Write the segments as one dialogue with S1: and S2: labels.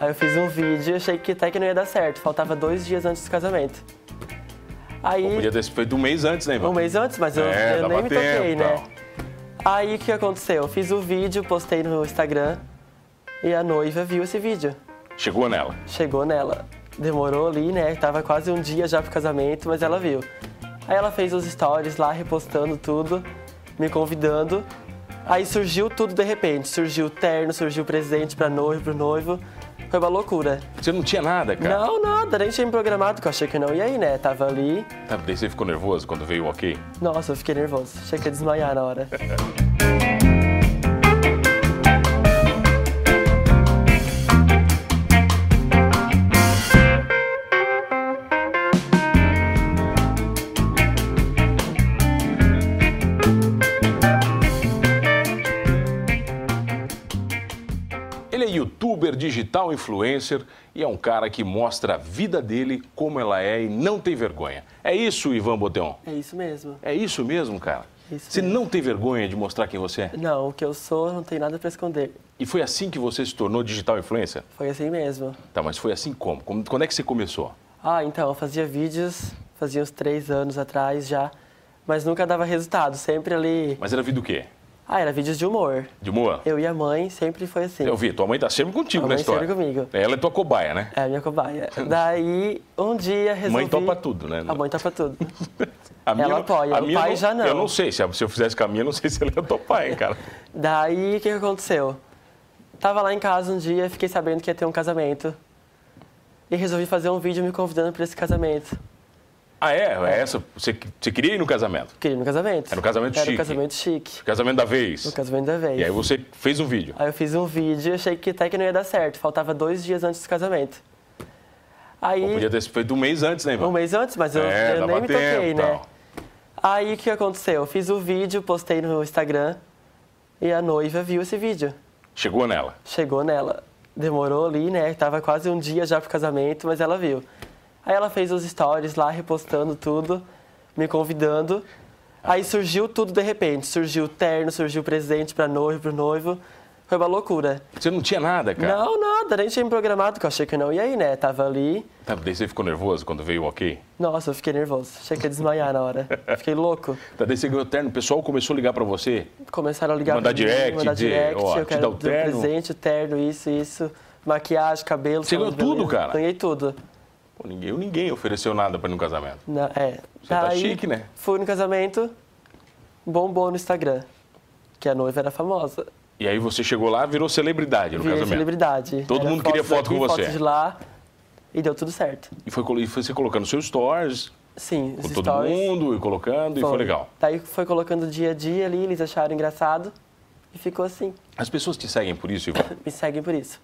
S1: Aí eu fiz um vídeo, achei que até que não ia dar certo. Faltava dois dias antes do casamento. Aí,
S2: Podia ter sido feito um mês antes, né, Ivan?
S1: um mês antes, mas eu,
S2: É,
S1: eu
S2: dava
S1: nem me toquei,
S2: tempo,
S1: né?
S2: tal.
S1: Aí o que aconteceu? Eu fiz o vídeo, postei no Instagram e a noiva viu esse vídeo.
S2: Chegou nela.
S1: Chegou nela. Demorou ali, né? Tava quase um dia já pro casamento, mas ela viu. Aí ela fez os stories lá, repostando tudo, me convidando. Aí surgiu tudo de repente. Surgiu o terno, surgiu o presente pra noivo, pro noivo. Foi uma loucura.
S2: Você não tinha nada, cara.
S1: Não, nada, nem tinha me programado, que eu achei que não ia ir, né? Tava ali.
S2: Tá, daí você ficou nervoso quando veio o ok?
S1: Nossa, eu fiquei nervoso. Achei que ia desmaiar na hora.
S2: Ele é youtuber, digital influencer e é um cara que mostra a vida dele como ela é e não tem vergonha. É isso, Ivan Boteon?
S1: É isso mesmo.
S2: É isso mesmo, cara?
S1: Isso
S2: você
S1: mesmo.
S2: não tem vergonha de mostrar quem você é?
S1: Não, o que eu sou não tem nada pra esconder.
S2: E foi assim que você se tornou digital influencer?
S1: Foi assim mesmo.
S2: Tá, mas foi assim como? Como- Quando é que você começou?
S1: Ah, então, eu fazia vídeos, fazia uns três anos atrás já, mas nunca dava resultado, sempre ali...
S2: Mas era vida do quê?
S1: Ah, era vídeos de humor.
S2: De Moa?
S1: Eu e a mãe sempre foi assim.
S2: Eu vi, tua mãe tá sempre contigo
S1: A
S2: na
S1: mãe
S2: história.
S1: sempre comigo.
S2: Ela é tua cobaia, né?
S1: É a minha cobaia. Daí, um dia resolvi...
S2: Mãe topa tudo, né?
S1: A mãe topa tudo.
S2: A
S1: Ela apoia, o pai já não.
S2: Eu não sei, se, se eu fizesse caminho, eu não sei se ela ia topar, hein, cara.
S1: Daí, o que que aconteceu? Tava lá em casa um dia, fiquei sabendo que ia ter um casamento. E resolvi fazer um vídeo me convidando para esse casamento.
S2: Ah, é? é essa? Você, você queria ir no casamento?
S1: Queria ir no casamento.
S2: Era um casamento
S1: Era
S2: chique.
S1: um casamento chique.
S2: Casamento da vez.
S1: O casamento da vez.
S2: E aí você fez um vídeo.
S1: Aí eu fiz um vídeo, achei que até que não ia dar certo. Faltava dois dias antes do casamento. Aí,
S2: Podia ter sido feito um mês antes, né, Ivan?
S1: Hum. um mês antes, mas eu,
S2: é,
S1: eu nem
S2: dava
S1: me toquei,
S2: tempo,
S1: né?
S2: tal.
S1: Aí, o que aconteceu? Eu fiz o vídeo, postei no Instagram e a noiva viu esse vídeo.
S2: Chegou nela.
S1: Chegou nela. Demorou ali, né? Tava quase um dia já pro casamento, mas ela viu. Aí ela fez os stories lá, repostando tudo, me convidando. Aí surgiu tudo de repente. Surgiu o terno, surgiu o presente pra noivo, pro noivo. Foi uma loucura.
S2: Você não tinha nada, cara.
S1: Não, nada, nem tinha me programado, que eu achei que não ia ir, né? Tava ali.
S2: Tá, daí você ficou nervoso quando veio o ok?
S1: Nossa, eu fiquei nervoso. Achei que ia desmaiar na hora. Fiquei louco.
S2: Tá, daí você ganhou o terno. O pessoal começou a ligar pra você.
S1: Começaram a ligar
S2: Mandar
S1: pra mim,
S2: direct,
S1: mandar
S2: dizer,
S1: direct,
S2: ó,
S1: eu
S2: te
S1: quero
S2: dá o
S1: um
S2: terno.
S1: presente, o terno, isso, isso, maquiagem, cabelo.
S2: Você
S1: salão de
S2: ganhou tudo,
S1: beleza.
S2: cara?
S1: Ganhei tudo.
S2: Pô, ninguém, ninguém ofereceu nada pra ir no casamento.
S1: Na- é.
S2: Você tá chique, né?
S1: Fui no casamento, bombou no Instagram, que a noiva era famosa.
S2: E aí você chegou lá, virou celebridade no
S1: Virei
S2: casamento.
S1: celebridade.
S2: Todo
S1: Era
S2: mundo queria
S1: fotos
S2: foto com
S1: daqui,
S2: você.
S1: Fotos de lá, e deu tudo certo.
S2: E foi, colo- e foi você colocando seus stories
S1: Sim, os
S2: com todo
S1: stories.
S2: mundo, e colocando, e foi legal.
S1: Daí foi colocando dia a dia ali, eles acharam engraçado e ficou assim.
S2: As pessoas te seguem por isso, Ivan?
S1: Me seguem por isso.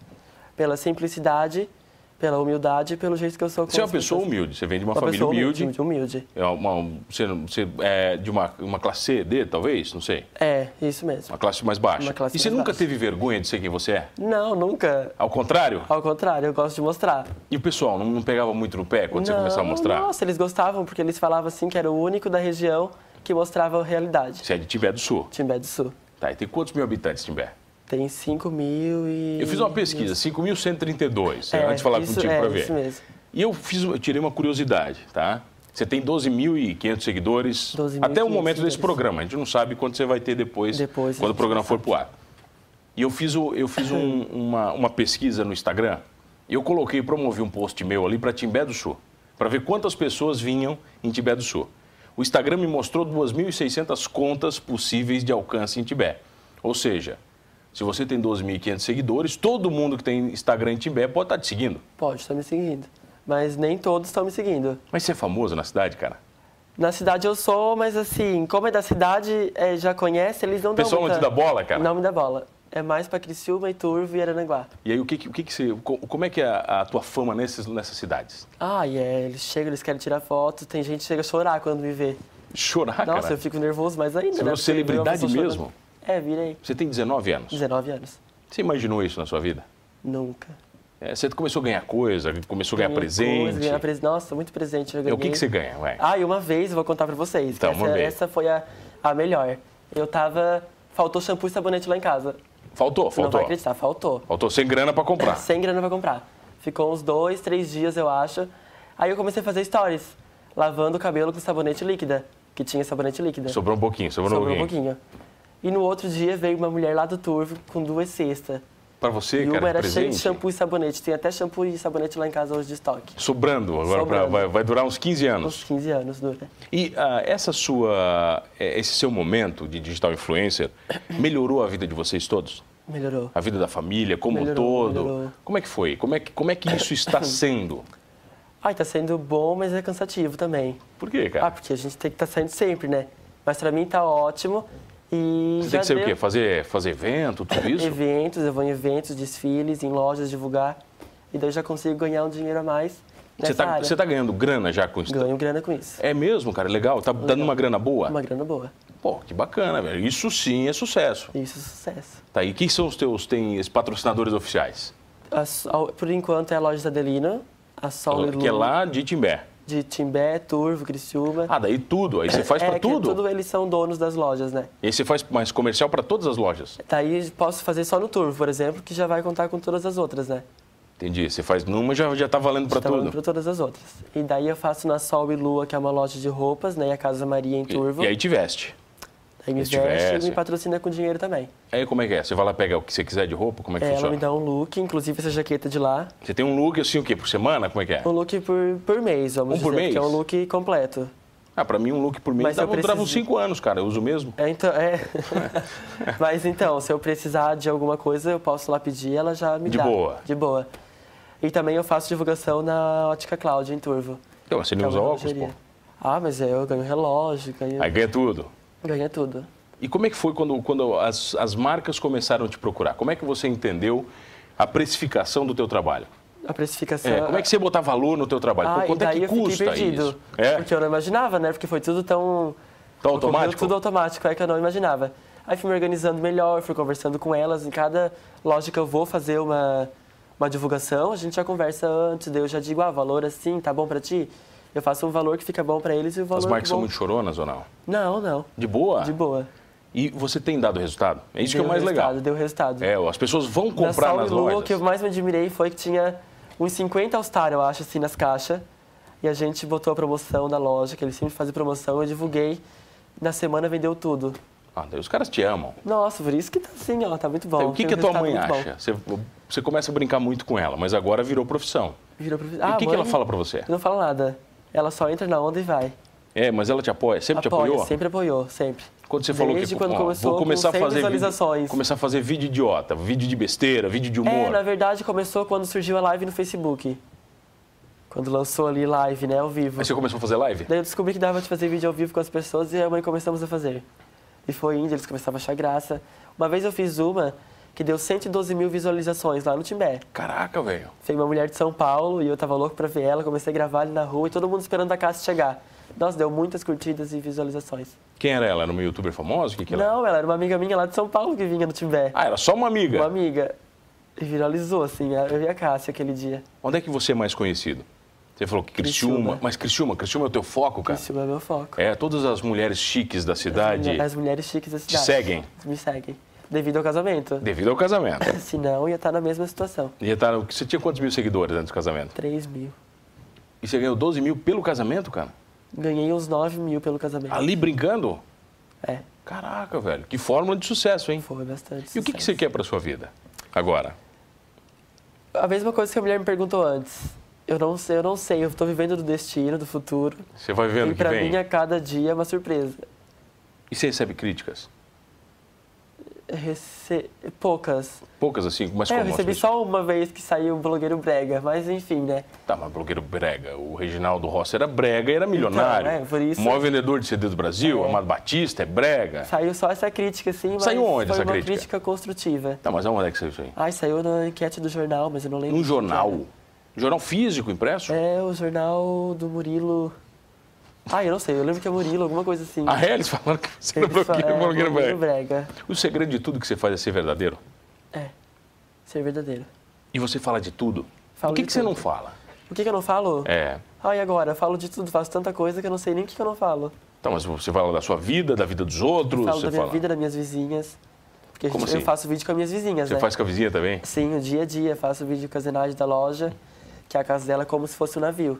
S1: Pela simplicidade, pela humildade e pelo jeito que eu sou com
S2: Você é uma
S1: as
S2: pessoa
S1: pessoas.
S2: humilde, você vem de uma,
S1: Uma
S2: família
S1: pessoa
S2: humilde.
S1: humilde, humilde.
S2: É uma, você, você é de uma, uma classe C, D, talvez? Não sei.
S1: É, isso mesmo.
S2: Uma classe mais baixa.
S1: Uma classe
S2: e você
S1: mais
S2: nunca
S1: baixa.
S2: teve vergonha de ser quem você é?
S1: Não, nunca.
S2: Ao contrário?
S1: Ao contrário, eu gosto de mostrar.
S2: E o pessoal não, não pegava muito no pé quando você
S1: Não,
S2: começava a mostrar?
S1: Nossa, eles gostavam porque eles falavam assim que era o único da região que mostrava a realidade.
S2: Você é de Timbé do Sul.
S1: Timbé do Sul.
S2: Tá, e tem quantos mil habitantes Timbé?
S1: Tem 5 mil e...
S2: Eu fiz uma pesquisa, 5.132,
S1: É,
S2: antes de falar
S1: isso-
S2: contigo
S1: é,
S2: pra ver.
S1: isso mesmo.
S2: E eu, fiz, eu tirei uma curiosidade, tá? Você tem 12.500 seguidores
S1: 12.500
S2: até o momento desse
S1: seguidores.
S2: programa. A gente não sabe quanto você vai ter depois,
S1: Depois,
S2: quando
S1: a
S2: o
S1: gente
S2: programa for pro ar. E eu fiz, o- eu fiz um- uma, uma pesquisa no Instagram e eu coloquei, promovi um post meu ali para Timbé do Sul, para ver quantas pessoas vinham em Timbé do Sul. O Instagram me mostrou 2.600 contas possíveis de alcance em Timbé. Ou seja, se você tem 12.500 seguidores, todo mundo que tem Instagram em Timbé pode estar te seguindo.
S1: Pode, estão me seguindo. Mas nem todos estão me seguindo.
S2: Mas você é famoso na cidade, cara?
S1: Na cidade eu sou, mas assim, como é da cidade, é, já conhece, eles não
S2: O
S1: dão
S2: pessoal não
S1: muita...
S2: te dá bola, cara?
S1: Não me dá bola. É mais pra Criciúma, Iturvo e Aranaguá.
S2: E aí, o que, que- o que, que você, co- como é que é a, a tua fama nesses, nessas cidades?
S1: Ah, e é, eles chegam, eles querem tirar foto, tem gente que chega a chorar quando me vê.
S2: Chorar,
S1: Nossa,
S2: Ah, cara?
S1: eu fico nervoso, mas ainda,
S2: Você
S1: né?
S2: virou
S1: porque eu
S2: celebridade
S1: vi uma pessoa
S2: mesmo?
S1: chorando. É, virei.
S2: Você tem 19 anos.
S1: 19 anos.
S2: Você imaginou isso na sua vida?
S1: Nunca.
S2: É, você começou a ganhar coisa, começou a ganhar
S1: Minha
S2: presente.
S1: coisa, ganhar pres- Nossa, muito presente eu
S2: E
S1: ganhei.
S2: o que, que você ganha, vai?
S1: Ah, e uma vez, eu vou contar pra vocês.
S2: Tá,
S1: que
S2: uma
S1: essa,
S2: vez.
S1: essa foi a, a melhor. Eu tava... Faltou shampoo e sabonete lá em casa.
S2: Faltou,
S1: Você não vai
S2: faltou. Tá.
S1: acreditar, faltou.
S2: Faltou sem grana pra comprar.
S1: Sem grana pra comprar. Ficou uns dois, três dias, eu acho. Aí eu comecei a fazer stories, lavando o cabelo com sabonete líquida, que tinha sabonete líquida.
S2: Sobrou um pouquinho, sobrou,
S1: Sobrou
S2: um pouquinho.
S1: E no outro dia veio uma mulher lá do Turvo com duas cestas.
S2: Pra você,
S1: E
S2: cara,
S1: uma era cheia
S2: presente.
S1: de shampoo e sabonete. Tem até shampoo e sabonete lá em casa hoje de estoque.
S2: Sobrando, agora pra-
S1: Sobrando.
S2: vai, vai durar uns 15 anos.
S1: Uns 15 anos dura.
S2: E ah, essa sua, eh, esse seu momento de digital influencer melhorou a vida de vocês todos?
S1: Melhorou.
S2: A vida da família, como um
S1: Melhorou,
S2: todo?
S1: melhorou.
S2: Como é que foi? Como é que, como é que isso está sendo?
S1: Ai, tá sendo bom, mas é cansativo também.
S2: Por quê,
S1: Ah,
S2: cara?
S1: porque a gente tem que estar saindo sempre, né? Mas pra mim tá ótimo. E
S2: Você
S1: já
S2: tem que ser o
S1: deu
S2: quê? Fazer, fazer evento, tudo isso?
S1: eventos, eu vou em eventos, desfiles, em lojas, divulgar. E daí eu já consigo ganhar um dinheiro a mais nessa
S2: Você tá- está
S1: área.
S2: ganhando grana já com isso?
S1: Ganho grana com isso. É
S2: É mesmo, cara? Legal? Tá dando uma grana boa?
S1: Uma grana boa.
S2: Pô, que bacana, velho. Isso sim é sucesso.
S1: Isso é sucesso.
S2: Tá, e quem são os teus tem, esses patrocinadores oficiais?
S1: As- ao- por enquanto é a loja da Adelina, a Sol e
S2: que é
S1: Lu,
S2: lá de Timbé.
S1: de Timbé, Turvo, Criciúma.
S2: Ah, daí tudo. Aí você faz
S1: é,
S2: pra
S1: que
S2: tudo.
S1: tudo eles são donos das lojas, né?
S2: E aí você faz mais comercial pra todas as lojas.
S1: Daí posso fazer só no Turvo, por exemplo, que já vai contar com todas as outras, né?
S2: Entendi. Você faz numa já já tá valendo pra
S1: Tá
S2: tudo.
S1: valendo pra todas as outras. E daí eu faço na Sol e Lua, que é uma loja de roupas, né? E a Casa Maria em Turvo.
S2: E, e aí te veste.
S1: Aí me
S2: se
S1: veste
S2: tivesse.
S1: e me patrocina com dinheiro também.
S2: Aí como é que é? Você vai lá pegar o que você quiser de roupa? Como é que
S1: É, ela
S2: funciona?
S1: me dá um look, inclusive essa jaqueta de lá.
S2: Você tem um look assim o quê? Por semana? Como é que é?
S1: Um look por, por mês, vamos
S2: Um por
S1: dizer,
S2: mês?
S1: que é um look completo.
S2: Ah, pra mim um look por mês
S1: Mas eu
S2: dava, durava uns
S1: preciso-
S2: 5 anos, cara. Eu uso mesmo.
S1: É, então, é. Mas então, se eu precisar de alguma coisa, eu posso lá pedir, ela já me
S2: De
S1: dá.
S2: boa.
S1: De boa. E também eu faço divulgação na Ótica Cláudia, em Turvo.
S2: Então, você
S1: que é
S2: não usa
S1: uma
S2: óculos, pô.
S1: joalheria. Ah, mas é, eu ganho relógio, ganho,
S2: Aí ganha tudo.
S1: ganho tudo.
S2: E como é que foi quando, quando as, as marcas começaram a te procurar? Como é que você entendeu a precificação do teu trabalho?
S1: A precificação...
S2: É, como é que você botar valor no teu trabalho?
S1: Ah,
S2: Pô,
S1: e
S2: quanto é
S1: daí
S2: que
S1: eu fiquei
S2: custa
S1: perdido.
S2: isso? É,
S1: Porque eu não imaginava, né? Porque foi tudo tão...
S2: Tão
S1: Foi correndo
S2: automático?
S1: Tudo automático, é que eu não imaginava. Aí fui me organizando melhor, fui conversando com elas. Em cada loja que eu vou fazer uma, uma divulgação, a gente já conversa antes. Daí eu já digo, ah, valor assim, tá bom pra ti? Eu faço um valor que fica bom pra eles e o valor
S2: as marcas
S1: bom...
S2: são muito choronas ou não?
S1: Não, não.
S2: De boa?
S1: De boa.
S2: E você tem dado resultado? É isso que é
S1: Deu
S2: o mais
S1: resultado,
S2: legal.
S1: Deu resultado.
S2: É, as pessoas vão
S1: Na
S2: comprar
S1: Sol
S2: nas
S1: e Lua,
S2: lojas.
S1: o que eu mais me admirei foi que tinha uns 50 All-Star, eu acho, assim, nas caixas. E a gente botou a promoção da loja, que eles sempre fazem promoção, eu divulguei. Na semana vendeu tudo.
S2: Ah, daí os caras te amam.
S1: Nossa, por isso que tá assim, ó, tá muito bom.
S2: o que,
S1: Tem
S2: que a
S1: um
S2: tua
S1: resultado
S2: mãe
S1: muito bom.
S2: acha? Você, você começa a brincar muito com ela, mas agora virou profissão.
S1: Virou pra...
S2: e
S1: Ah,
S2: o que, que
S1: mãe,
S2: ela fala pra você?
S1: Não fala nada. Ela só entra na onda e vai.
S2: É, mas ela te apoia? Sempre te
S1: Apoia,
S2: apoiou?
S1: sempre apoiou, sempre.
S2: Quando você falou
S1: Desde
S2: que
S1: quando
S2: ó,
S1: começou,
S2: vou começar
S1: com 100
S2: a fazer
S1: visualizações.
S2: Vídeo, começar a fazer vídeo idiota, vídeo de besteira, vídeo de humor.
S1: É, na verdade começou quando surgiu a live no Facebook. Quando lançou ali live, né, ao vivo.
S2: Aí você começou a fazer live?
S1: Daí eu descobri que dava de fazer vídeo ao vivo com as pessoas e a mãe começamos a fazer. E foi indo, eles começavam a achar graça. Uma vez eu fiz uma que deu 112 mil visualizações lá no Timbé.
S2: Caraca, velho.
S1: Foi uma mulher de São Paulo e eu tava louco pra ver ela, comecei a gravar ali na rua e todo mundo esperando a Cássia chegar. Nossa, deu muitas curtidas e visualizações.
S2: Quem era ela? Era uma youtuber famosa? O que, que ela
S1: Não, ela era uma amiga minha lá de São Paulo que vinha no Timbé.
S2: Ah, era só uma amiga.
S1: Uma amiga. E viralizou, assim, eu e a Cássia aquele dia.
S2: Onde é que você é mais conhecido? Você falou que Criciúma.
S1: Criciúma.
S2: Mas Criciúma, Criciúma é o teu foco, cara?
S1: Isso é meu foco.
S2: É, todas as mulheres chiques da cidade,
S1: As mulheres chiques da cidade.
S2: seguem?
S1: Me seguem. Devido ao casamento.
S2: devido ao casamento.
S1: Se não, ia estar na mesma situação.
S2: E tá, você tinha quantos mil seguidores antes do casamento?
S1: 3 mil.
S2: E você ganhou 12 mil pelo casamento, cara?
S1: Ganhei uns 9 mil pelo casamento.
S2: Ali brincando?
S1: É,
S2: Caraca, velho. Que fórmula de sucesso, hein?
S1: foi bastante.
S2: E o que, que
S1: sucesso.
S2: você quer pra sua vida agora?
S1: A mesma coisa que a mulher me perguntou antes. Eu não sei, eu não sei, eu tô vivendo do destino, do futuro.
S2: Você vai vendo
S1: e
S2: que
S1: pra
S2: vem.
S1: mim, a cada dia é uma surpresa.
S2: E você recebe críticas?
S1: Rece... Poucas.
S2: Poucas assim, mas
S1: É, eu
S2: como as
S1: recebi
S2: pessoas-
S1: só uma vez que saiu o blogueiro brega, mas enfim, né?
S2: Tá, mas blogueiro brega. O Reginaldo Rossi era brega e era milionário.
S1: é, por isso-
S2: O maior vendedor de CD do Brasil,
S1: É.
S2: Amado Batista, é brega.
S1: Saiu só essa crítica, assim, mas
S2: Saiu onde
S1: foi
S2: essa
S1: uma
S2: crítica?
S1: construtiva.
S2: Tá, mas aonde é que saiu isso aí?
S1: Ai, saiu na enquete do jornal, mas eu não lembro.
S2: Num
S1: o que que
S2: jornal? Jornal físico, impresso?
S1: É o jornal do Murilo. Ah, eu não sei, eu lembro que é Murilo, alguma coisa assim.
S2: Ah, é? Eles falaram que você era
S1: Eles fa-
S2: blogueiro,
S1: é,
S2: blogueiro
S1: Murilo
S2: brega.
S1: Brega.
S2: O segredo de tudo que você faz é ser verdadeiro.
S1: É, ser verdadeiro.
S2: E você fala de tudo.
S1: Falo
S2: o que,
S1: de
S2: que você
S1: tudo.
S2: não fala?
S1: O que, que eu não falo?
S2: É.
S1: Ai, agora, eu falo de tudo, faço tanta coisa que eu não sei nem o que, que eu não falo.
S2: Então, mas você fala da sua vida, da vida dos outros,
S1: falo
S2: você
S1: da minha
S2: fala.
S1: vida, das minhas vizinhas. Porque a
S2: Como
S1: gente- eu
S2: assim?
S1: faço vídeo com as minhas vizinhas,
S2: Você
S1: né?
S2: faz com a vizinha também?
S1: Sim, o dia a dia. Faço vídeo com a Zenaide da loja, que é a casa dela é como se fosse um navio.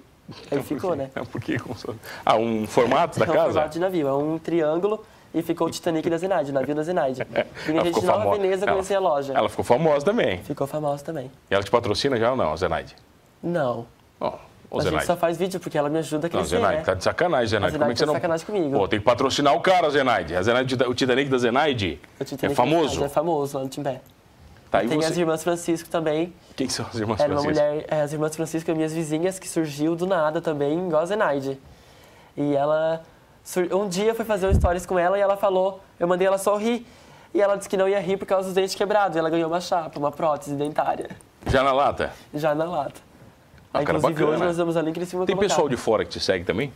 S1: Aí ficou, né?
S2: É porque como se- Ah, um formato da
S1: é um
S2: casa?
S1: formato de navio, é um triângulo e ficou o Titanic da Zenaide, o navio da Zenaide. E a
S2: Ela
S1: gente
S2: ficou
S1: de Nova
S2: famosa.
S1: Veneza
S2: Ela-
S1: conhecer a loja.
S2: Ela ficou famosa também.
S1: Ficou famosa também.
S2: E ela te patrocina já ou não, Zenaide?
S1: Não,
S2: Ó, ô
S1: a gente
S2: Zenaide.
S1: só faz vídeo porque ela me ajuda a
S2: Não,
S1: crescer,
S2: Zenaide,
S1: né?
S2: tá de sacanagem, Zenaide.
S1: A
S2: Como é que você não...
S1: Zenaide tá de sacanagem comigo.
S2: Pô, tem que patrocinar o cara, Zenaide. A Zenaide, o Titanic da Zenaide
S1: O Titanic
S2: é famoso.
S1: É famoso lá no Timbé.
S2: Tá, e
S1: Tem as
S2: você...
S1: irmãs Francisco também.
S2: Quem são as irmãs
S1: Era uma
S2: Francisco?
S1: mulher, é, as irmãs Francisco, minhas vizinhas, que surgiu do nada também, igual a Zenaide. E ela. sur- Um dia eu fui fazer um stories com ela e ela falou, eu mandei ela só rir. E ela disse que não ia rir por causa dos dentes quebrados. E ela ganhou uma chapa, uma prótese dentária,
S2: Já na lata?
S1: já na lata.
S2: Ah, cara,
S1: inclusive, hoje
S2: bacana.
S1: nós vamos ali em Criciúma
S2: Tem
S1: colocar.
S2: pessoal de fora que te segue também?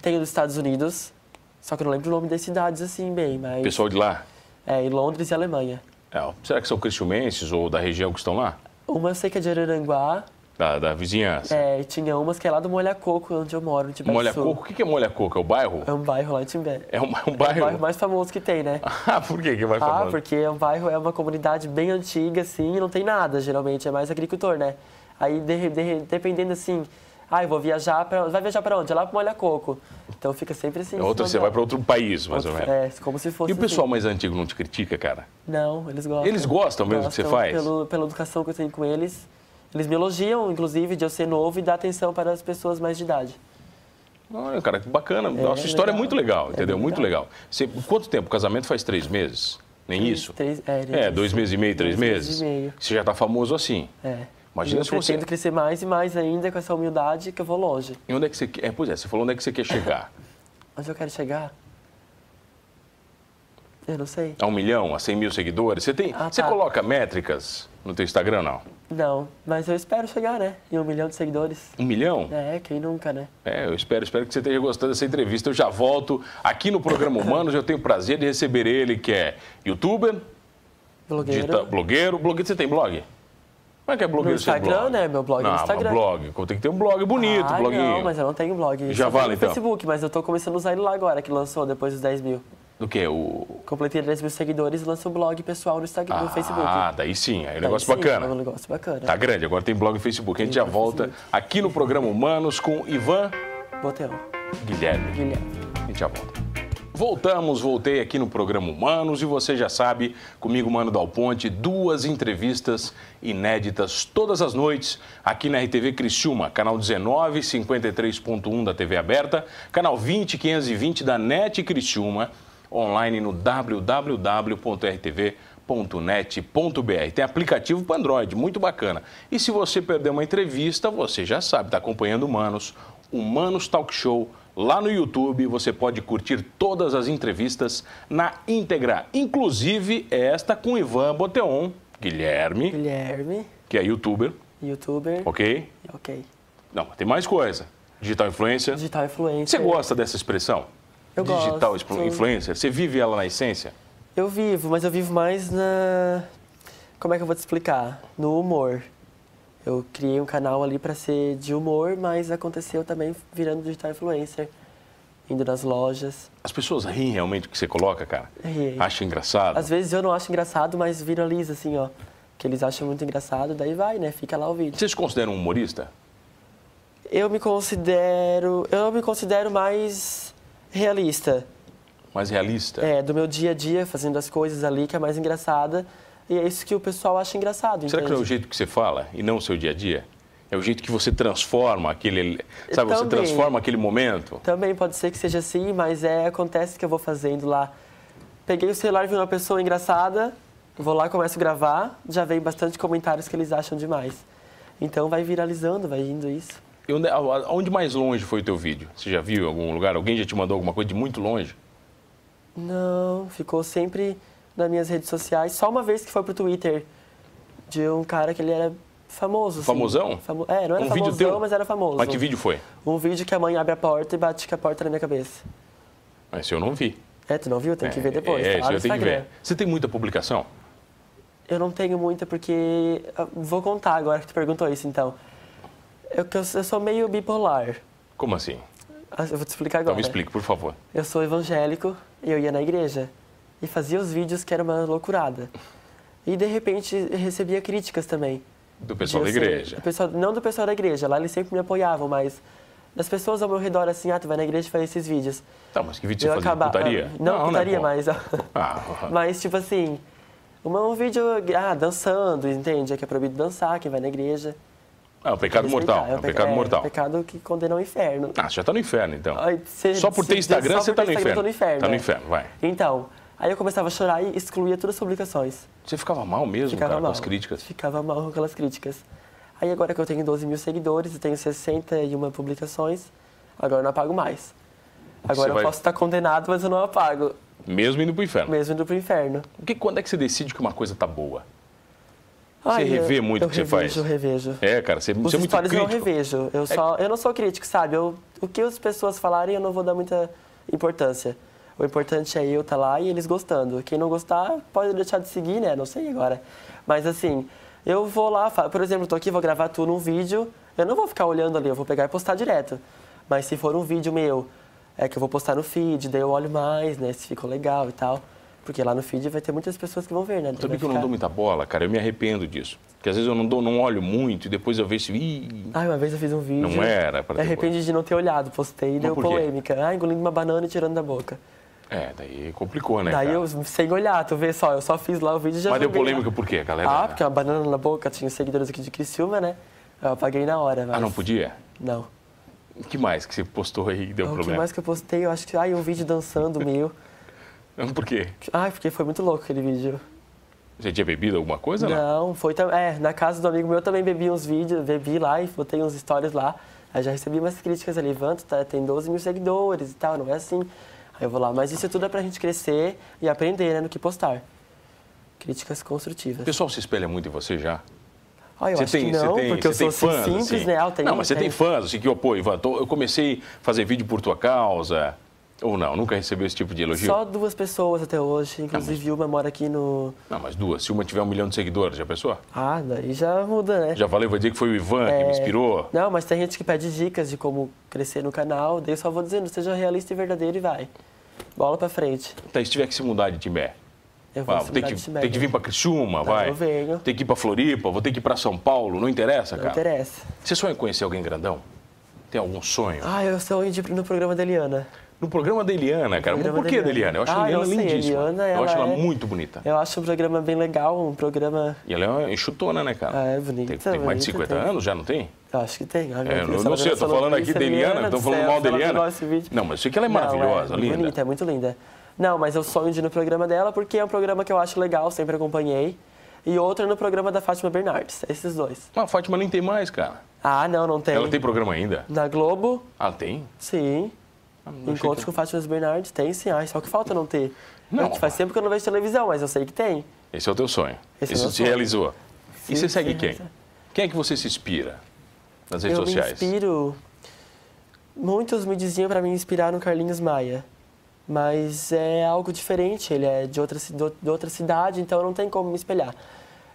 S1: Tem dos Estados Unidos, só que eu não lembro o nome das cidades assim bem, mas.
S2: Pessoal de lá?
S1: É, em Londres e Alemanha.
S2: É, ó, será que são cristiumenses ou da região que estão lá?
S1: Uma eu sei que é de Araranguá,
S2: Da, da vizinhança?
S1: é, e tinha umas que é lá do Molha Coco, onde eu moro, no Tibete
S2: Molha
S1: Sul.
S2: Coco? O que que é Molha Coco? É o bairro?
S1: É um bairro lá em Timbé.
S2: É um, é um
S1: Tá É o bairro
S2: bairro?
S1: mais famoso que tem, né?
S2: Ah, por que que vai
S1: Ah,
S2: falar?
S1: porque é um bairro, é uma comunidade bem antiga, assim, e não tem nada, geralmente, é mais agricultor, né? Aí, de- de- dependendo, assim, ah, eu vou viajar pra... Vai viajar pra onde? É lá pro Molha Coco. Então fica sempre assim.
S2: É outra, você vai para outro país, mais ou menos.
S1: É, como se fosse
S2: E o pessoal
S1: assim.
S2: mais antigo não te critica, cara?
S1: Não, eles gostam.
S2: Eles gostam mesmo do que você
S1: Gostam
S2: faz?
S1: Pelo, pela educação que eu tenho com eles. Eles me elogiam, inclusive, de eu ser novo e dar atenção para as pessoas mais de idade.
S2: Olha, cara, que bacana.
S1: É,
S2: Nossa história é
S1: legal.
S2: muito legal, entendeu?
S1: bem
S2: muito legal. Você, quanto tempo? O casamento faz três meses? Nem isso?
S1: Três, é,
S2: É, dois meses e meio, três
S1: Dois
S2: meses?
S1: meses e meio.
S2: Você já tá famoso assim.
S1: É.
S2: Imagina
S1: E eu
S2: se você-
S1: pretendo crescer mais e mais ainda com essa humildade que eu vou longe.
S2: E onde é que você quer? É, pois é, você falou onde é que você quer chegar?
S1: Onde eu quero chegar? Eu não sei.
S2: A um milhão, a cem mil seguidores? Você, tem,
S1: Ah,
S2: você
S1: tá.
S2: coloca métricas no teu Instagram, não?
S1: Não, mas eu espero chegar, né? Em um milhão de seguidores.
S2: Um milhão?
S1: É, quem nunca, né?
S2: É, eu espero, espero que você esteja gostando dessa entrevista. Eu já volto aqui no programa Humanos. Eu tenho o prazer de receber ele, que é youtuber,
S1: Blogueiro.
S2: digita, blogueiro. Blogueiro, você tem blog? Como é que é blogueiro
S1: No
S2: sem
S1: Instagram,
S2: blog?
S1: né? Meu blog é
S2: não,
S1: no
S2: mas
S1: Instagram.
S2: blog. Tem que ter um blog bonito,
S1: ah,
S2: bloguinho.
S1: não, mas eu não tenho blog.
S2: Já
S1: Só
S2: vale,
S1: tenho no
S2: então?
S1: Facebook, mas eu tô começando a usar ele lá agora, que lançou depois dos 10 mil.
S2: Do que? O...
S1: Completei 10 mil seguidores e lança um blog pessoal no, Instagram, no Facebook.
S2: Ah, daí sim. Aí é um
S1: Daí
S2: negócio
S1: sim,
S2: bacana.
S1: É um negócio bacana.
S2: Tá grande, agora tem blog e Facebook. A gente já
S1: blog e
S2: volta aqui no programa Humanos com Ivan
S1: Botei, ó.
S2: Guilherme.
S1: Guilherme.
S2: A gente já volta. Voltamos, voltei aqui no programa Humanos e você já sabe, comigo, Mano Dal Ponte, duas entrevistas inéditas todas as noites aqui na RTV Criciúma, canal 19, 53.1 da TV aberta, canal 20, 520 da NET Criciúma, online no www.rtv.com www.net.br. Tem aplicativo para Android, muito bacana. E se você perder uma entrevista, você já sabe, está acompanhando o Manos, o Manos Talk Show lá no YouTube. Você pode curtir todas as entrevistas na íntegra, inclusive esta com Ivan Boteon, Guilherme,
S1: Guilherme,
S2: que é youtuber,
S1: youtuber.
S2: ok?
S1: Ok.
S2: Não, tem mais coisa. Digital influencer.
S1: Digital influencer.
S2: Você gosta dessa expressão?
S1: Eu
S2: Digital
S1: gosto.
S2: explo- influencer? Você vive ela na essência?
S1: Eu vivo, mas eu vivo mais na. Como é que eu vou te explicar? No humor. Eu criei um canal ali pra ser de humor, mas aconteceu também virando digital influencer, indo nas lojas.
S2: As pessoas riem realmente do que você coloca, cara?
S1: Riem.
S2: Acha engraçado?
S1: Às vezes eu não acho engraçado, mas viraliza assim, ó. Que eles acham muito engraçado, daí vai, né? Fica lá o vídeo.
S2: Você se considera um humorista?
S1: Eu me considero. Eu me considero mais realista.
S2: Mais realista?
S1: É, do meu dia a dia, fazendo as coisas ali que é mais engraçada. E é isso que o pessoal acha engraçado.
S2: Será que não é o
S1: entende?
S2: jeito que você fala e não o seu dia a dia? É o jeito que você transforma aquele. Sabe, você
S1: Também.
S2: transforma aquele momento?
S1: Também pode ser que seja assim, mas é, acontece que eu vou fazendo lá. Peguei o celular, vi uma pessoa engraçada, vou lá, começo a gravar, já vem bastante comentários que eles acham demais. Então vai viralizando, vai indo isso.
S2: E onde, a- onde mais longe foi o teu vídeo? Você já viu em algum lugar? Alguém já te mandou alguma coisa de muito longe?
S1: Não, ficou sempre nas minhas redes sociais. Só uma vez que foi pro Twitter de um cara que ele era famoso. assim.
S2: Famosão?
S1: Famo- É, não era
S2: Um vídeo
S1: famosão,
S2: teu?
S1: mas era famoso.
S2: Mas que vídeo foi?
S1: Um vídeo que a mãe abre a porta e bate com a porta na minha cabeça.
S2: Esse eu não vi.
S1: É, tu não viu? Tem que ver depois.
S2: É,
S1: tá lá
S2: esse
S1: no
S2: eu tenho que
S1: Instagram.
S2: ver. Você tem muita publicação?
S1: Eu não tenho muita porque. ah, Vou contar agora que tu perguntou isso, então. Eu, que eu, eu sou meio bipolar.
S2: Como assim?
S1: Ah, Eu vou te explicar agora.
S2: Então me explica, por favor.
S1: Eu sou evangélico e eu ia na igreja. e fazia os vídeos que era uma loucurada. E de repente recebia críticas também.
S2: Do pessoal
S1: De
S2: da
S1: eu ser-
S2: igreja.
S1: do pessoal- não do pessoal da igreja, lá eles sempre me apoiavam, mas das pessoas ao meu redor, assim, ah, tu vai na igreja e faz esses vídeos.
S2: Tá, mas que vídeo você fazia?
S1: acaba-
S2: Putaria? né, é
S1: Não, putaria,
S2: bom.
S1: mas.
S2: Ah,
S1: Mas, tipo assim, uma- um vídeo ah, dançando, entende? É que é proibido dançar, quem vai na igreja.
S2: ah, é um pecado
S1: respeitar.
S2: mortal. É um
S1: peca-
S2: pecado
S1: É um
S2: mortal.
S1: pecado que condena ao inferno.
S2: Ah, você já tá no inferno, então.
S1: Ai, cê-
S2: Só por
S1: cê-
S2: ter Instagram,
S1: só
S2: você
S1: por
S2: tá
S1: ter
S2: no
S1: Instagram,
S2: inferno.
S1: eu tô no inferno,
S2: Tá no
S1: é.
S2: inferno, vai.
S1: Então, aí eu começava a chorar e excluía todas as publicações.
S2: Você ficava mal mesmo,
S1: Ficava
S2: cara,
S1: mal.
S2: com as críticas.
S1: Ficava mal com aquelas críticas. Aí agora que eu tenho 12 mil seguidores e tenho 61 publicações, agora eu não apago mais. Agora eu
S2: vai-
S1: posso estar condenado, mas eu não apago,
S2: Mesmo indo pro inferno.
S1: mesmo indo pro inferno.
S2: O que, quando é que você decide que uma coisa tá boa?
S1: Ai, eu-
S2: revê muito
S1: eu
S2: o que você
S1: revejo,
S2: faz?
S1: Eu revejo,
S2: É, cara, você,
S1: Os
S2: você é muito
S1: stories eu não
S2: crítico. É
S1: revejo. Eu, só, eu não sou crítico, sabe? Eu, o que as pessoas falarem eu não vou dar muita importância. O importante é eu estar lá e eles gostando. Quem não gostar pode deixar de seguir, né? Não sei agora. Mas assim, eu vou lá, fa- por exemplo, eu tô aqui, vou gravar tudo num vídeo. Eu não vou ficar olhando ali, eu vou pegar e postar direto. Mas se for um vídeo meu, é que eu vou postar no feed, daí eu olho mais, né? Se ficou legal e tal. Porque lá no feed vai ter muitas pessoas que vão ver, né? Daí
S2: Sabe
S1: vai
S2: que eu não
S1: ficar-
S2: dou muita bola, cara? Eu me arrependo disso. Porque às vezes eu não, dou, não olho muito e depois eu vejo e...
S1: Ai, uma vez eu fiz um vídeo.
S2: Não era pra ter
S1: Arrependi de não ter olhado, postei e deu
S2: por quê?
S1: polêmica. Ah, engolindo uma banana e tirando da boca.
S2: É, daí complicou, né,
S1: Daí
S2: cara?
S1: eu, sem olhar, tu vê só, eu só fiz lá o vídeo e já
S2: Mas deu
S1: joguei lá.
S2: polêmica né? por quê, galera?
S1: Ah, porque uma banana na boca, tinha os seguidores aqui de Criciúma, né? Eu apaguei na hora, mas...
S2: Ah, não podia?
S1: Não.
S2: O que mais que você postou aí e deu
S1: o que
S2: problema?
S1: mais que eu postei, eu acho que... Ai, um vídeo dançando meu.
S2: Por quê?
S1: Ai, porque foi muito louco aquele vídeo.
S2: Você tinha bebido alguma coisa? ou
S1: Não, foi também... É, na casa do amigo meu eu também bebi uns vídeos, bebi lá e botei uns stories lá. Aí já recebi umas críticas ali, Vanto, tá, tem 12 mil seguidores e tal, não é assim. Aí eu vou lá, mas isso tudo é pra gente crescer e aprender, né, no que postar. Críticas
S2: O
S1: construtivas.
S2: pessoal se espelha muito em você já?
S1: Ah, eu acho que não, porque eu sou assim, simples,
S2: assim?
S1: né? Ah, eu tenho-
S2: não, mas você tem
S1: tenho-
S2: fãs, assim, que, ó, pô, Ivan, tô- eu comecei a fazer vídeo por tua causa. Ou não, nunca recebeu esse tipo de elogio?
S1: Só duas pessoas até
S2: Ah,
S1: hoje, inclusive uma mora aqui no...
S2: Não, mas duas. Se uma tiver um milhão de seguidores, já pensou?
S1: Ah, daí já muda, né?
S2: Já valeu, vou dizer que foi o Ivan Ah, que me
S1: É.
S2: inspirou.
S1: Não, mas tem gente que pede dicas de como crescer no canal, daí eu só vou dizendo, seja realista e verdadeiro e vai. Bola pra frente.
S2: Tá, e se tiver que se mudar de Timbé?
S1: Eu vou
S2: Ah,
S1: se
S2: vou ter
S1: mudar
S2: que,
S1: de Timbé,
S2: ter que
S1: né?
S2: vir pra Criciúma, vai.
S1: eu venho.
S2: Tem que ir pra Floripa, vou ter que ir pra São Paulo, não interessa,
S1: Não
S2: cara.
S1: interessa.
S2: Você sonha em conhecer alguém grandão? Tem algum sonho?
S1: Ah, eu sonho de ir no programa da Eliana.
S2: No programa da Eliana, cara. Mas
S1: programa
S2: por que
S1: da
S2: da Eliana? Eu acho a
S1: Ah, eu
S2: Eliana
S1: sei, a
S2: lindíssima.
S1: Eliana,
S2: eu
S1: ela
S2: acho ela
S1: é-
S2: muito bonita.
S1: Eu acho um programa bem legal, um programa.
S2: E ela é uma enxutona, né, cara?
S1: Ah, é bonita,
S2: Tem, tem mais de
S1: bonita,
S2: 50
S1: tem.
S2: anos, já não tem?
S1: Eu acho que tem. Ah, meu
S2: É, eu
S1: Deus,
S2: não,
S1: essa
S2: sei, eu tô
S1: programa
S2: falando aqui
S1: Luísa
S2: da Eliana,
S1: do
S2: tô falando
S1: céu,
S2: mal da
S1: fala
S2: Eliana.
S1: negócio, vídeo.
S2: Não, mas eu sei que ela é
S1: Não,
S2: maravilhosa,
S1: é
S2: linda.
S1: bonita, é muito linda. Não, mas eu sonho de ir no programa dela porque é um programa que eu acho legal, sempre acompanhei. E outro é no programa da Fátima Bernardes, esses dois.
S2: Mas a Fátima nem tem mais, cara.
S1: Ah, não, não tem.
S2: Ela tem programa ainda?
S1: Na Globo,
S2: Ah, tem?
S1: sim.
S2: Ah, não achei
S1: Encontro
S2: que-
S1: com Fátima Bernardes, tem sim. Ai, só que falta não ter.
S2: Não.
S1: É que faz tempo que eu não vejo televisão, mas eu sei que tem.
S2: Esse é o teu sonho.
S1: Esse
S2: Esse
S1: é o meu
S2: se
S1: sonho.
S2: realizou.
S1: Sim,
S2: e você segue
S1: sim,
S2: quem?
S1: sim.
S2: Quem é que você se inspira nas redes
S1: eu
S2: sociais?
S1: me inspiro. Muitos me diziam para me inspirar no Carlinhos Maia, mas é algo diferente. Ele é de outra, ci- do- de outra cidade, então não tem como me espelhar.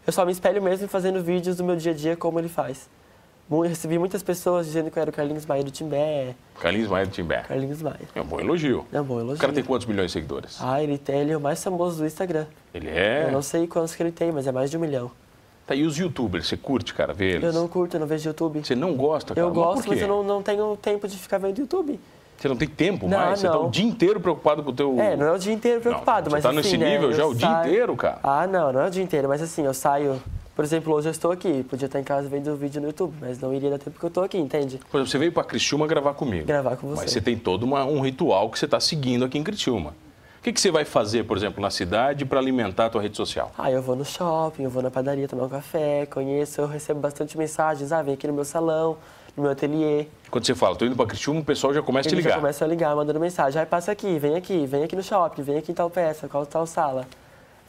S1: Eu só me espelho mesmo fazendo vídeos do meu dia a dia como ele faz. Mu- eu Recebi muitas pessoas dizendo que eu era o Carlinhos Maia do Timbé,
S2: Carlinhos Maia do Timbé.
S1: Carlinhos Maia.
S2: É um bom elogio.
S1: É um bom
S2: O cara tem
S1: elogio.
S2: quantos milhões de seguidores?
S1: Ah, ele, tem, ele é o mais famoso do Instagram.
S2: Ele é.
S1: Eu não sei quantos que ele tem, mas é mais de um milhão.
S2: Tá, e os youtubers? Você curte, cara, ver eles?
S1: Eu não curto, eu não vejo YouTube.
S2: Você não gosta, cara?
S1: Eu
S2: por
S1: gosto, mas
S2: quê?
S1: eu não, não tenho tempo de ficar vendo YouTube.
S2: Você não tem tempo
S1: Não,
S2: mais? Você tá
S1: não.
S2: o dia inteiro preocupado com o teu...
S1: É, não é o dia inteiro preocupado,
S2: você
S1: mas
S2: tá
S1: assim,
S2: nesse
S1: né,
S2: nível
S1: eu
S2: já o dia
S1: saio-
S2: inteiro, cara?
S1: Ah, não, não é o dia inteiro, mas assim, eu saio... Por exemplo, hoje eu estou aqui, podia estar em casa vendo o vídeo no YouTube, mas não iria dar tempo que eu estou aqui, entende?
S2: Por exemplo, você veio para Criciúma gravar comigo.
S1: Gravar com você.
S2: Mas você tem todo uma- um ritual que você está seguindo aqui em Criciúma. O que, que você vai fazer, por exemplo, na cidade para alimentar a tua rede social?
S1: Ah, eu vou no shopping, eu vou na padaria tomar um café, conheço, eu recebo bastante mensagens, ah, vem aqui no meu salão, no meu ateliê.
S2: Quando você fala, estou indo para Criciúma, o pessoal já começa a te
S1: Eles
S2: ligar.
S1: já começam a ligar, mandando mensagem, ah, passa aqui, vem aqui, vem aqui no shopping, vem aqui em tal peça, qual tal sala.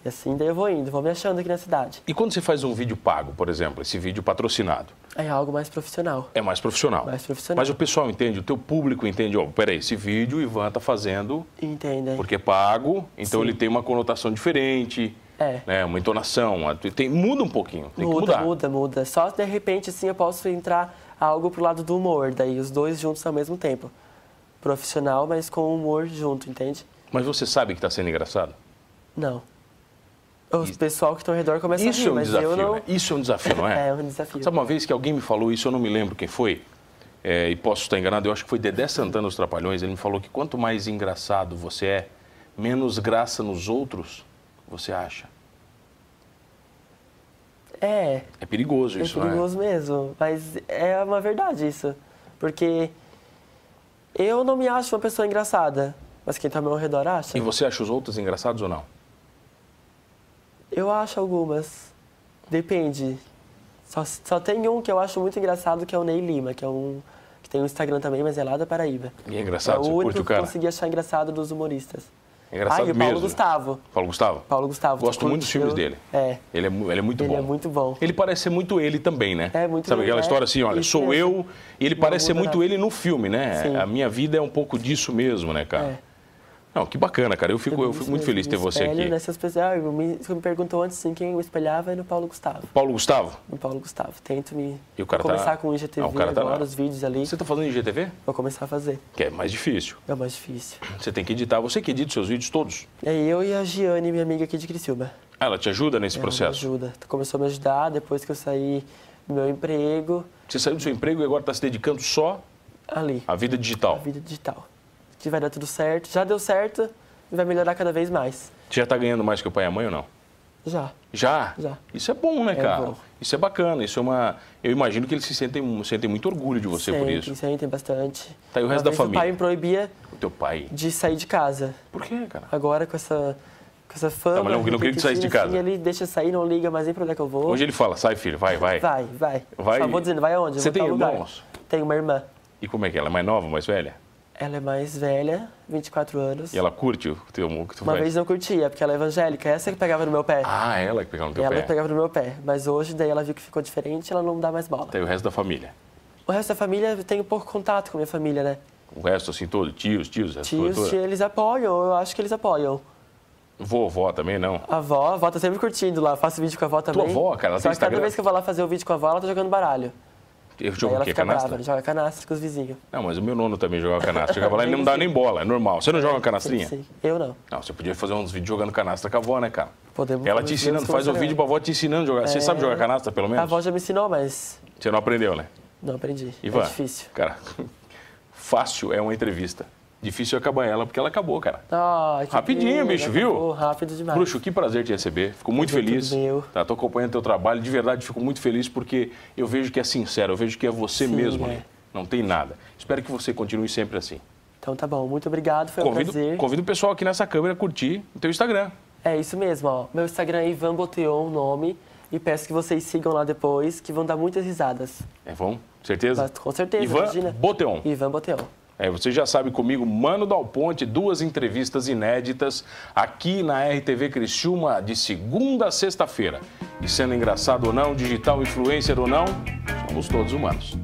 S1: E assim, daí eu vou indo, vou me achando aqui na cidade.
S2: E quando você faz um vídeo pago, por exemplo, esse vídeo patrocinado,
S1: É algo mais profissional.
S2: é mais profissional.
S1: Mais profissional.
S2: Mas o pessoal entende, o teu público entende, ó, peraí, esse vídeo o Ivan tá fazendo
S1: Entendem?
S2: porque é pago, então
S1: Sim.
S2: ele tem uma conotação diferente,
S1: É.
S2: né, uma entonação, uma- tem, muda um pouquinho, tem que
S1: Muda,
S2: mudar.
S1: muda, muda. Só de repente, assim, eu posso entrar algo pro lado do humor, daí os dois juntos ao mesmo tempo. Profissional, mas com humor junto, entende?
S2: Mas você sabe que está sendo tá engraçado?
S1: Não. Os pessoal que estão ao redor começam a
S2: Isso
S1: rir,
S2: é um
S1: mas
S2: desafio,
S1: eu não.
S2: né? Isso é um desafio, não é?
S1: É, é um desafio.
S2: Sabe uma vez que alguém me falou isso, eu não me lembro quem foi, é, e posso estar enganado, eu acho que foi Dedé Santana dos Trapalhões, ele me falou que quanto mais engraçado você é, menos graça nos outros você acha.
S1: É,
S2: É perigoso
S1: é
S2: isso, não é?
S1: perigoso mesmo. Mas é uma verdade isso. Porque eu não me acho uma pessoa engraçada. Mas quem tá ao meu redor acha.
S2: E você acha os outros engraçados ou não?
S1: Eu acho algumas. Depende. Só, só tem um que eu acho muito engraçado, que é o Ney Lima, que é um. que tem um Instagram também, mas é lá da Paraíba.
S2: E é engraçado,
S1: é o
S2: você curte
S1: único
S2: o cara?
S1: que eu consegui achar engraçado dos humoristas.
S2: É engraçado
S1: ah, e o Paulo
S2: mesmo.
S1: Gustavo.
S2: Paulo Gustavo?
S1: Paulo Gustavo. tu
S2: Gosto muito dos
S1: curte?
S2: filmes
S1: Eu-
S2: dele.
S1: É.
S2: Ele é, mu- ele é muito
S1: Ele
S2: bom.
S1: é muito bom.
S2: Ele parece ser muito ele também, né?
S1: É, muito
S2: Sabe
S1: ele,
S2: aquela
S1: é.
S2: história assim, olha,
S1: Isso
S2: sou
S1: mesmo.
S2: eu, e ele parece ser
S1: muda
S2: muito
S1: nada.
S2: ele no filme, né?
S1: Sim.
S2: A minha vida é um pouco disso mesmo, né, cara?
S1: É.
S2: Não, que bacana, cara. Eu fico, eu fico muito feliz de ter
S1: Me
S2: você
S1: espelho
S2: aqui.
S1: Nessas pessoas, Ah, eu me, você me perguntou antes assim, quem eu espelhava é no Paulo Gustavo.
S2: Paulo Gustavo,
S1: No Paulo Gustavo. Tento me
S2: E o cara tá-
S1: começar com o IGTV
S2: Ah, o cara tá
S1: agora,
S2: lá.
S1: os vídeos ali.
S2: você tá fazendo IGTV?
S1: Vou começar a fazer.
S2: Que é mais difícil.
S1: É o mais difícil.
S2: Você tem que editar. Você que edita os seus vídeos todos.
S1: É eu e a Giane, minha amiga aqui de Criciúma.
S2: Ah, ela te ajuda nesse processo.
S1: Ela me ajuda. Começou a me ajudar depois que eu saí do meu emprego
S2: Você saiu do seu emprego e agora está se dedicando só
S1: ali,
S2: à vida digital.
S1: à vida digital. Que vai dar tudo certo. Já deu certo e vai melhorar cada vez mais.
S2: Você já tá ganhando mais que o pai e a mãe ou não?
S1: Já.
S2: Já?
S1: Já.
S2: Isso é bom, né,
S1: É
S2: cara?
S1: bom.
S2: Isso é bacana, isso é uma. Eu imagino que eles se sentem, sentem muito orgulho de você por
S1: Sentem,
S2: isso.
S1: sentem bastante.
S2: Tá, e o
S1: Uma
S2: resto da
S1: vez
S2: família?
S1: O pai me proibia
S2: O teu pai.
S1: de sair de casa.
S2: Por quê, cara?
S1: Agora com essa, com essa fama...
S2: Tá, mas não- não queria que tu saísse de
S1: repetitiva, assim,
S2: casa.
S1: ele deixa eu sair, não liga mais nem pra onde é que eu vou.
S2: Hoje ele fala, sai filho, vai, vai.
S1: Vai, vai.
S2: Vai-
S1: Só vou dizendo, vai aonde? Eu
S2: Você
S1: vou
S2: tem
S1: tal lugar.
S2: irmãos?
S1: Tenho uma irmã.
S2: E como é que ela é? Mais nova, mais velha?
S1: Ela é mais velha, 24 anos.
S2: E ela curte o teu o que tu
S1: Uma
S2: faz?
S1: vez não curtia, porque ela é evangélica. Essa que pegava no meu pé.
S2: Ah, ela que pegava no teu
S1: ela
S2: pé.
S1: que pegava no meu pé. Mas hoje, daí ela viu que ficou diferente, ela não dá mais bola.
S2: Tem o resto da família.
S1: O resto da família, eu tenho pouco contato com a minha família, né?
S2: O resto, assim, todo, tios, tios, essa
S1: Tios,
S2: coisa toda.
S1: tia, eles apoiam, eu acho que eles apoiam.
S2: Vovó também, não.
S1: A avó, a avó tá sempre curtindo lá, faço vídeo com a avó também.
S2: avó, cara, ela
S1: Só
S2: tem
S1: que cada
S2: Instagram?
S1: vez que eu vou lá fazer o vídeo com a avó, ela tá jogando baralho.
S2: Eu
S1: Aí
S2: jogo o
S1: ela
S2: quê?
S1: fica
S2: Canastra?
S1: brava, joga canastra com os vizinhos.
S2: Não, mas o meu nono também jogava canastra. Chegava lá e ele não
S1: Sim,
S2: dava
S1: sim.
S2: nem bola, é normal. Você não joga canastrinha?
S1: Sim, eu não.
S2: Não, você podia fazer uns vídeos jogando canastra com a avó, né, cara?
S1: Podemos
S2: Ela
S1: podemos
S2: te ensinando, faz o
S1: conversar,
S2: vídeo
S1: né? É.
S2: pra avó te ensinando a jogar. Você sabe jogar canastra, pelo
S1: A
S2: menos?
S1: avó já me ensinou, mas
S2: Você não aprendeu, né?
S1: não aprendi.
S2: Ivan,
S1: É difícil.
S2: cara, fácil é uma entrevista. Difícil é acabar ela, porque ela acabou, cara.
S1: Ah, que
S2: Rapidinho,
S1: pena,
S2: bicho, viu?
S1: acabou, Rápido demais.
S2: Bruxo, que prazer te receber. Fico muito
S1: Prazer
S2: feliz.
S1: todo meu.
S2: Tá, tô acompanhando teu trabalho. De verdade, fico muito feliz porque eu vejo que é sincero, eu vejo que é você
S1: Sim,
S2: mesmo
S1: é.
S2: ali. Não tem nada. Espero que você continue sempre assim.
S1: Então tá bom, muito obrigado, foi um
S2: Convido,
S1: prazer.
S2: convido o pessoal aqui nessa câmera a curtir o teu Instagram.
S1: É isso mesmo, ó. Meu Instagram é Ivan Boteon, o nome. E peço que vocês sigam lá depois, que vão dar muitas risadas.
S2: É bom? Certeza?
S1: Mas, com certeza,
S2: Ivan
S1: imagina.
S2: Boteon.
S1: Ivan Boteon.
S2: É, você já sabe comigo, Mano Dal Ponte, duas entrevistas inéditas aqui na RTV Criciúma de segunda a sexta-feira. E sendo engraçado ou não, digital influencer ou não, somos todos humanos.